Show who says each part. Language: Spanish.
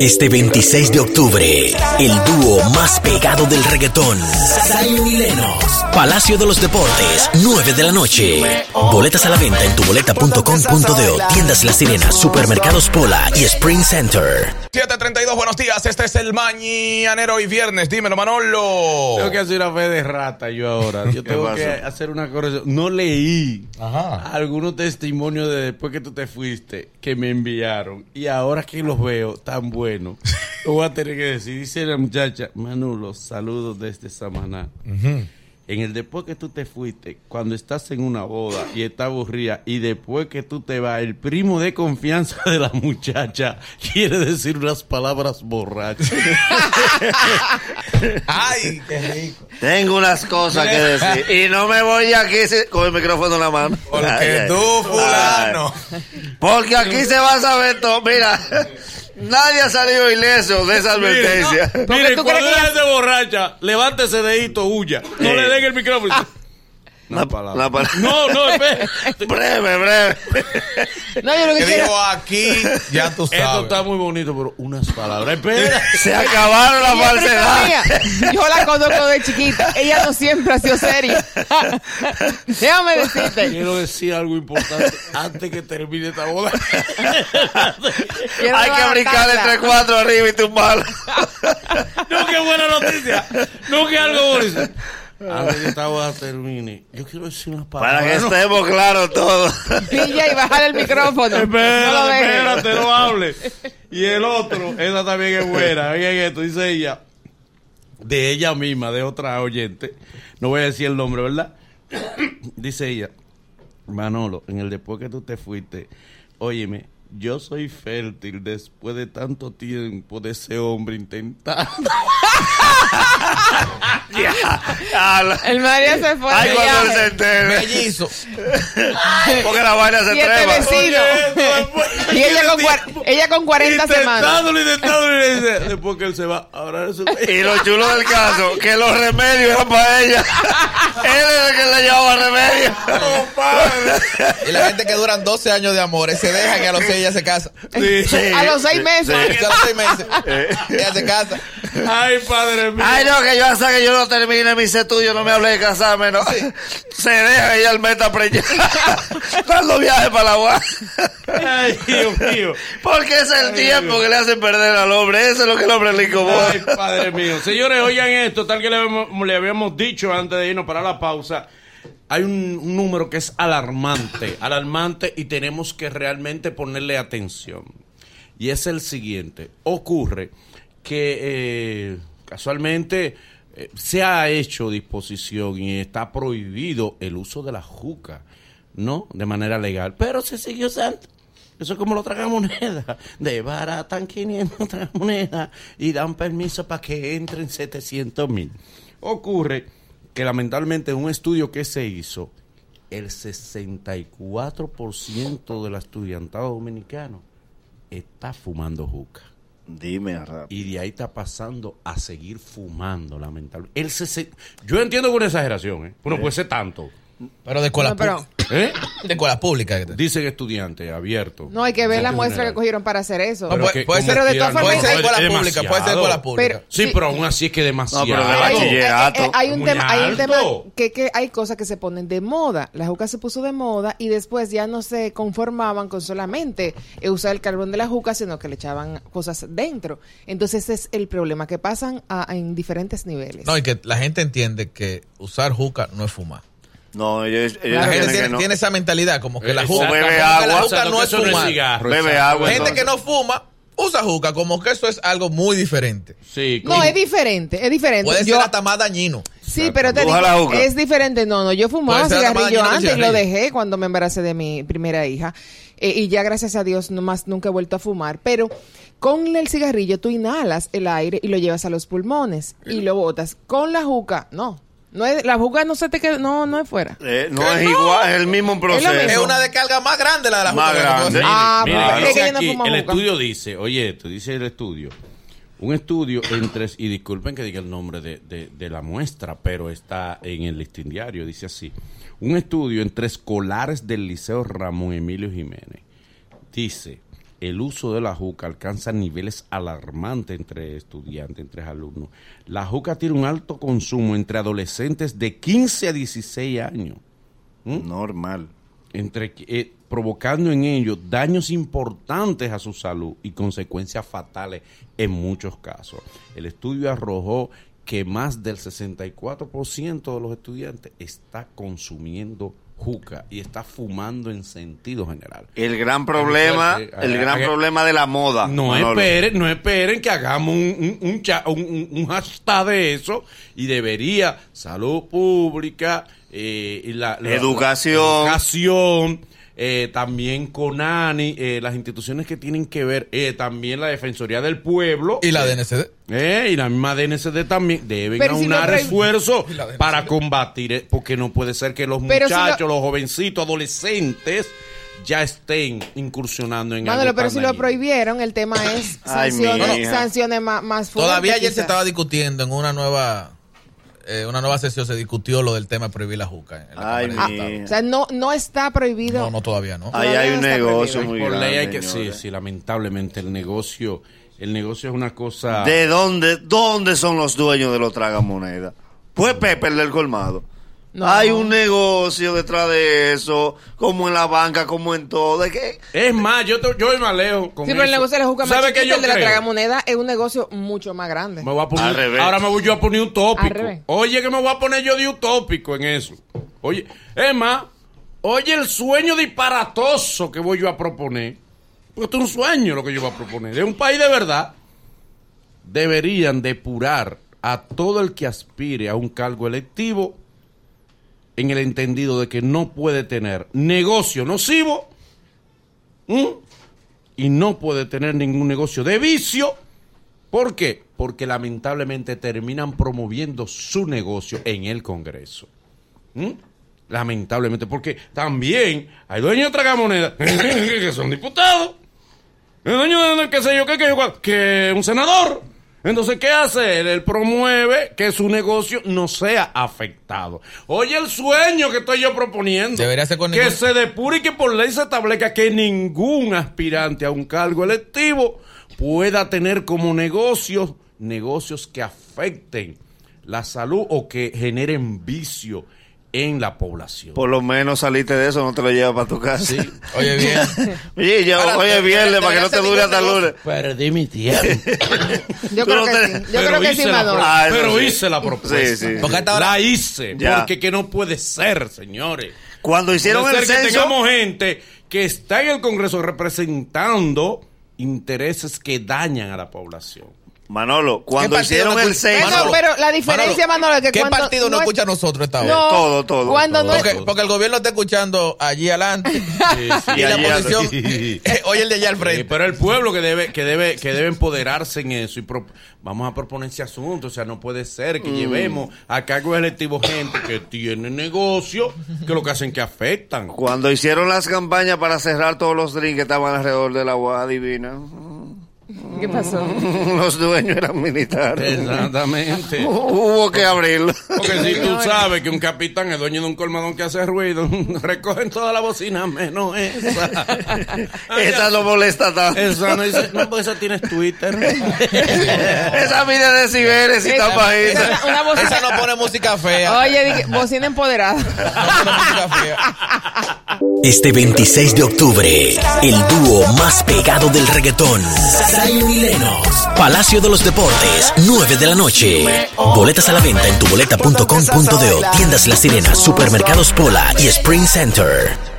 Speaker 1: Este 26 de octubre, el dúo más pegado del reggaetón, Zion y Lennox, Palacio de los Deportes, 9 de la noche. Boletas a la venta en tuboleta.com.de, tiendas La Sirena, supermercados Pola y Spring Center.
Speaker 2: 732, buenos días, este es el mañanero y viernes, dímelo Manolo.
Speaker 3: Oh.
Speaker 4: Tengo que hacer una fe de rata yo ahora. Yo tengo que hacer una corrección. No leí algunos testimonios de después que tú te fuiste que me enviaron. Y ahora que los veo tan buenos, lo voy a tener que decir. Dice la muchacha, Manolo, saludos desde Samaná. En el después que tú te fuiste, cuando estás en una boda y está aburrida, y después que tú te vas, el primo de confianza de la muchacha quiere decir unas palabras borrachas.
Speaker 2: Ay, qué rico.
Speaker 5: Tengo unas cosas que decir. Y no me voy aquí si- con el micrófono en la mano. Ay,
Speaker 2: Porque
Speaker 5: ay.
Speaker 2: tú, fulano.
Speaker 5: Porque aquí se va a saber todo. Mira, nadie ha salido ileso de esa advertencia.
Speaker 4: Mire,
Speaker 6: tú
Speaker 4: cuando
Speaker 6: crees que
Speaker 4: ella esté borracha, levántese de hito, huya. No
Speaker 5: Eh.
Speaker 4: le den el micrófono.
Speaker 6: Ah.
Speaker 4: Una
Speaker 5: La-
Speaker 4: palabra.
Speaker 5: la palabra.
Speaker 4: No, no, espera.
Speaker 5: Breve, breve.
Speaker 6: No, yo lo que
Speaker 2: Te
Speaker 6: quiero.
Speaker 2: digo aquí, ya tú
Speaker 4: Esto
Speaker 2: sabes.
Speaker 4: está muy bonito, pero unas palabras. Espera.
Speaker 5: Se acabaron las
Speaker 6: Ella es
Speaker 5: falsedades.
Speaker 6: prima mía. Yo la conozco de chiquita. Ella no siempre ha sido seria. Déjame decirte.
Speaker 4: Quiero decir algo importante antes que termine esta boda.
Speaker 6: Quiero
Speaker 5: Hay que brincar
Speaker 6: levantarla.
Speaker 5: entre cuatro arriba y tumbarlo.
Speaker 4: no, qué buena noticia. No, que algo bonito. Antes que esta boda termine, yo quiero decir unas palabras.
Speaker 5: Para que
Speaker 4: No,
Speaker 5: estemos claros todos.
Speaker 6: Pilla y bajar el micrófono.
Speaker 4: Espérate,
Speaker 6: no lo dejes.
Speaker 4: espérate, no hables. Y el otro, esa también es buena. Oigan esto, dice ella, de ella misma, de otra oyente. No voy a decir el nombre, ¿verdad? dice ella, Manolo, en el después que tú te fuiste, óyeme, yo soy fértil después de tanto tiempo de ese hombre intentando.
Speaker 5: Al-
Speaker 6: El María se fue.
Speaker 5: Ay,
Speaker 6: se
Speaker 5: cuando
Speaker 6: llama.
Speaker 5: se entere.
Speaker 2: Mellizo.
Speaker 5: Porque la vaina se
Speaker 6: Y este
Speaker 5: trema.
Speaker 6: vecino. Sí, no. Y ella con, cuar- ella con 40 semanas.
Speaker 4: Intentándolo, intentándolo, y dice, después que él se va, ahora resulta...
Speaker 5: Y lo chulo del caso, que los remedios eran para ella. Él era el que le llevaba remedios.
Speaker 2: Y la gente que duran 12 años de amores se deja que a los 6 ya se casa.
Speaker 5: Sí,
Speaker 6: A los seis
Speaker 5: sí,
Speaker 6: meses.
Speaker 5: sí.
Speaker 2: Que a los 6 meses ella se casa.
Speaker 4: Ay, padre mío.
Speaker 5: Ay, no, que yo hasta que yo no termine mis estudios, no me hablé de casarme, no. Se deja ella al meta preñada. Dando viaje para la UAS.
Speaker 4: Ay, Dios mío.
Speaker 5: Porque es el tiempo que le hacen perder al hombre. Eso es lo que el hombre le incomoda.
Speaker 4: Ay, padre mío. Señores, oigan esto, tal que le habíamos, le habíamos dicho antes de irnos para la pausa. Hay un, un número que es alarmante, alarmante y tenemos que realmente ponerle atención. Y es el siguiente. Ocurre que eh, casualmente eh, se ha hecho disposición y está prohibido el uso de la juca, ¿no? De manera legal, pero se sigue usando. Eso es como lo tragan moneda. De baratan 500 tragan moneda y dan permiso para que entren 700 mil. Ocurre que lamentablemente en un estudio que se hizo, el 64% del estudiantado dominicano está fumando juca.
Speaker 5: Dime, rap.
Speaker 4: Y de ahí está pasando a seguir fumando, lamentablemente. El sesen- Yo entiendo que es una exageración, ¿eh? Bueno, puede ser tanto.
Speaker 2: Pero de escuela,
Speaker 6: No, pero
Speaker 4: ¿eh?
Speaker 2: de escuela pública.
Speaker 4: Dicen estudiantes, abierto.
Speaker 6: no hay que ver la
Speaker 4: Sentido
Speaker 6: muestra que
Speaker 4: general.
Speaker 6: cogieron para hacer eso.
Speaker 2: No,
Speaker 4: Pero
Speaker 2: puede-
Speaker 5: pues,
Speaker 4: que-
Speaker 2: puede
Speaker 4: como
Speaker 2: ser-
Speaker 6: pero de
Speaker 4: quieran,
Speaker 6: todas
Speaker 2: Puede
Speaker 6: formas-
Speaker 2: ser
Speaker 4: es
Speaker 2: de escuela pública,
Speaker 4: demasiado.
Speaker 2: puede ser de escuela pública.
Speaker 6: Pero-
Speaker 4: Sí,
Speaker 6: Sí.
Speaker 4: pero aún así es que demasiado.
Speaker 5: No, pero de
Speaker 6: Hay un-
Speaker 5: bachiller. bachillerato.
Speaker 6: eh, eh, hay un
Speaker 4: Muy
Speaker 6: tema, hay un
Speaker 4: alto.
Speaker 6: tema que, que hay cosas que se ponen de moda. La juca se puso de moda y después ya no se conformaban con solamente eh, usar el carbón de la juca, sino que le echaban cosas dentro. Entonces ese es el problema que pasan a- en diferentes niveles.
Speaker 3: No, y que la gente entiende que usar juca no es fumar.
Speaker 5: No, ellos, ellos
Speaker 3: La gente
Speaker 5: entienden
Speaker 3: tiene,
Speaker 5: que no.
Speaker 3: tiene esa mentalidad como que la juca,
Speaker 5: O bebe
Speaker 3: como que la
Speaker 5: agua.
Speaker 3: juca
Speaker 4: Eh, Exacto,
Speaker 3: no
Speaker 4: que
Speaker 3: es
Speaker 4: eso no es
Speaker 3: fumar.
Speaker 4: cigarro.
Speaker 5: Bebe agua.
Speaker 3: gente
Speaker 5: entonces.
Speaker 3: que no fuma usa juca, como que eso es algo muy diferente.
Speaker 4: Sí,
Speaker 6: No,
Speaker 4: como-
Speaker 6: es diferente, es diferente.
Speaker 3: Puede
Speaker 6: Yo-
Speaker 3: ser hasta más dañino.
Speaker 6: sí, pero te
Speaker 5: Ojalá
Speaker 6: digo,
Speaker 5: juca.
Speaker 6: es diferente. No, no, yo fumaba
Speaker 3: Puede ser hasta más
Speaker 6: cigarrillo
Speaker 3: dañino que
Speaker 6: antes y lo
Speaker 3: cigarrillo.
Speaker 6: dejé cuando me embaracé de mi primera hija. Eh, y ya gracias a Dios no más nunca he vuelto a fumar, pero con el cigarrillo tú inhalas el aire y lo llevas a los pulmones y lo botas. Con la juca, no. No es, la juca no se te queda, no, no es fuera.
Speaker 5: Eh, no es igual, es el mismo proceso.
Speaker 6: mismo.
Speaker 3: Es
Speaker 6: No.
Speaker 3: una descarga más grande la de la juca.
Speaker 5: Más
Speaker 3: que tú
Speaker 5: grande.
Speaker 3: haces.
Speaker 5: Mire,
Speaker 6: Ah,
Speaker 4: Mira,
Speaker 6: porque
Speaker 5: claro.
Speaker 6: es
Speaker 4: dice
Speaker 6: que yo no
Speaker 4: aquí,
Speaker 6: fumo
Speaker 4: el
Speaker 6: juca.
Speaker 4: estudio dice, oye esto, dice el estudio, un estudio entre, y disculpen que diga el nombre de, de- de la muestra, pero está en el listín diario, dice así, un estudio entre escolares del Liceo Ramón Emilio Jiménez, dice el uso de la juca alcanza niveles alarmantes entre estudiantes, entre alumnos. La juca tiene un alto consumo entre adolescentes de 15 a 16 años
Speaker 7: Normal.
Speaker 4: entre que- eh, provocando en ellos daños importantes a su salud y consecuencias fatales en muchos casos. El estudio arrojó que más del 64% de los estudiantes está consumiendo juca y está fumando en sentido general.
Speaker 7: El gran problema,
Speaker 4: Ay, ay,
Speaker 7: el gran
Speaker 4: ay.
Speaker 7: problema de la moda.
Speaker 4: Ah, No
Speaker 7: Manolo.
Speaker 4: esperen, no esperen que hagamos un, un, un cha- un- un- un hashtag de eso y debería salud pública, eh, y la, la-
Speaker 7: Educación.
Speaker 4: la educación, eh, también CONANI, eh, las instituciones que tienen que ver, eh, también la Defensoría del Pueblo.
Speaker 3: Y la DNCD.
Speaker 4: Eh, y la misma DNCD también deben
Speaker 6: Pero si
Speaker 4: aunar
Speaker 6: no prohí-
Speaker 4: esfuerzos
Speaker 3: Y la DNCD.
Speaker 4: para combatir, eh, porque no puede ser que los
Speaker 6: Pero si no-
Speaker 4: muchachos, los jovencitos, adolescentes ya estén incursionando en
Speaker 6: Manolo,
Speaker 4: algo
Speaker 6: pero
Speaker 4: tan
Speaker 6: si lo
Speaker 4: dañino.
Speaker 6: prohibieron, el tema es
Speaker 7: Ay, mi
Speaker 6: sanciones,
Speaker 7: hija.
Speaker 6: sanciones más, más fuertes.
Speaker 3: Todavía ayer se
Speaker 6: quizá.
Speaker 3: estaba discutiendo en una nueva eh, una nueva sesión se discutió lo del tema de prohibir la juca. en la Cámara
Speaker 7: Ay,
Speaker 3: de
Speaker 7: mi
Speaker 3: Diputados.
Speaker 6: Ah, O sea, no, no está prohibido.
Speaker 3: No, no todavía, ¿no?
Speaker 7: Ahí
Speaker 6: Todavía
Speaker 7: hay un
Speaker 6: no está
Speaker 7: negocio
Speaker 6: prohibido.
Speaker 7: muy
Speaker 4: por
Speaker 7: grande.
Speaker 4: ley hay que sí,
Speaker 7: señores.
Speaker 4: sí, lamentablemente el negocio, el negocio es una cosa
Speaker 7: ¿De dónde, dónde son los dueños de los tragamonedas? Pues Pepe, el del colmado.
Speaker 6: No.
Speaker 7: Hay un negocio detrás de eso, como en la banca, como en todo. ¿De qué?
Speaker 4: es más, yo te- yo voy más lejos con
Speaker 6: Sí, pero el
Speaker 4: eso.
Speaker 6: negocio de la juca más
Speaker 4: ¿Sabe qué
Speaker 6: chiquita,
Speaker 4: yo
Speaker 6: el de la
Speaker 4: creo?
Speaker 6: tragamoneda, es un negocio mucho más grande.
Speaker 4: Me voy a poner-
Speaker 7: Al revés.
Speaker 4: ahora me voy yo a poner un
Speaker 6: Al
Speaker 4: tópico.
Speaker 6: revés.
Speaker 4: Oye, que me voy a poner yo de utópico en eso. Oye, es más, oye el sueño disparatoso que voy yo a proponer. Porque esto es un sueño lo que yo voy a proponer. De un país de verdad. Deberían depurar a todo el que aspire a un cargo electivo en el entendido de que no puede tener negocio nocivo ¿m? y no puede tener ningún negocio de vicio. ¿Por qué? Porque lamentablemente terminan promoviendo su negocio en el Congreso. ¿Mm? Lamentablemente, porque también hay dueños de tragamonedas que son diputados. El dueño de qué sé yo qué, que yo cuál, que un senador. Entonces, ¿qué hace él? Él promueve que su negocio no sea afectado. Oye, el sueño que estoy yo proponiendo.
Speaker 3: Debería ser con
Speaker 4: Que
Speaker 3: ningún-
Speaker 4: se depure y que por ley se establezca que ningún aspirante a un cargo electivo pueda tener como negocios, negocios que afecten la salud o que generen vicio en la población.
Speaker 7: Por lo menos saliste de eso, no te lo llevas para tu casa.
Speaker 3: Oye, bien.
Speaker 7: Oye, ya,
Speaker 3: Ahora,
Speaker 7: hoy es
Speaker 3: te-
Speaker 7: viernes,
Speaker 3: te-
Speaker 7: para que no
Speaker 3: te-
Speaker 7: te
Speaker 3: te-
Speaker 7: dure
Speaker 3: te-
Speaker 7: hasta el lunes.
Speaker 4: Perdí mi tiempo.
Speaker 6: Yo
Speaker 7: Tú
Speaker 6: creo
Speaker 7: no
Speaker 6: que
Speaker 7: te-
Speaker 6: sí. Yo
Speaker 4: Pero
Speaker 6: creo que
Speaker 4: hice
Speaker 6: sí,
Speaker 4: la
Speaker 6: Manolo.
Speaker 4: pro-
Speaker 7: Ah, eso
Speaker 4: pero
Speaker 7: sí.
Speaker 4: hice la propuesta.
Speaker 7: Sí, sí, sí.
Speaker 3: Porque hasta ahora-
Speaker 4: La hice.
Speaker 7: Ya.
Speaker 4: Porque que no puede ser, señores.
Speaker 7: Cuando hicieron
Speaker 4: Puede
Speaker 7: el
Speaker 4: ser que
Speaker 7: censo,
Speaker 4: tengamos gente que está en el Congreso representando intereses que dañan a la población.
Speaker 7: Manolo, cuando
Speaker 3: partido
Speaker 7: hicieron
Speaker 3: no
Speaker 7: el
Speaker 3: escucha?
Speaker 7: censo,
Speaker 6: Pero,
Speaker 3: Manolo,
Speaker 6: pero la diferencia, Manolo, es que
Speaker 3: ¿Qué
Speaker 6: cuando
Speaker 3: partido no
Speaker 6: es-
Speaker 3: escucha a nosotros esta vez?
Speaker 6: No,
Speaker 7: Todo, todo,
Speaker 6: Cuando
Speaker 7: todo.
Speaker 6: no es-
Speaker 3: Porque, porque el gobierno está escuchando allí adelante y la
Speaker 7: allí al-
Speaker 3: oposición. eh, Oye, el de allá al
Speaker 4: Eh,
Speaker 3: frente.
Speaker 4: pero el pueblo que debe, que debe, que debe empoderarse en eso y pro- vamos a proponer ese asunto. O sea, no puede ser que llevemos a cargo electivo gente que tiene negocio, que lo que hacen que afectan.
Speaker 7: cuando hicieron las campañas para cerrar todos los drinks que estaban alrededor de la guada divina,
Speaker 6: ¿Qué pasó?
Speaker 7: los dueños eran militares.
Speaker 4: Exactamente.
Speaker 7: Hubo que abrirlo.
Speaker 4: Porque si tú sabes que un capitán es dueño de un colmadón que hace ruido, recogen toda la bocina menos esa.
Speaker 7: Esa no molesta tanto.
Speaker 4: Esa no dice, no, pues esa tienes Twitter.
Speaker 7: Esa mide decibeles y
Speaker 6: Esa-
Speaker 7: tan bajita.
Speaker 6: esa- una
Speaker 3: Esa
Speaker 6: bocina-
Speaker 3: no pone música
Speaker 4: Eh,
Speaker 3: fea.
Speaker 6: Oye, dije, bocina empoderada.
Speaker 3: No pone música fea.
Speaker 1: Este 26 de octubre, el dúo más pegado del reggaetón. Zion y Lennox. Palacio de los Deportes, 9 de la noche. Boletas a la venta en tuboleta.com.de, tiendas La Sirena, supermercados Pola y Spring Center.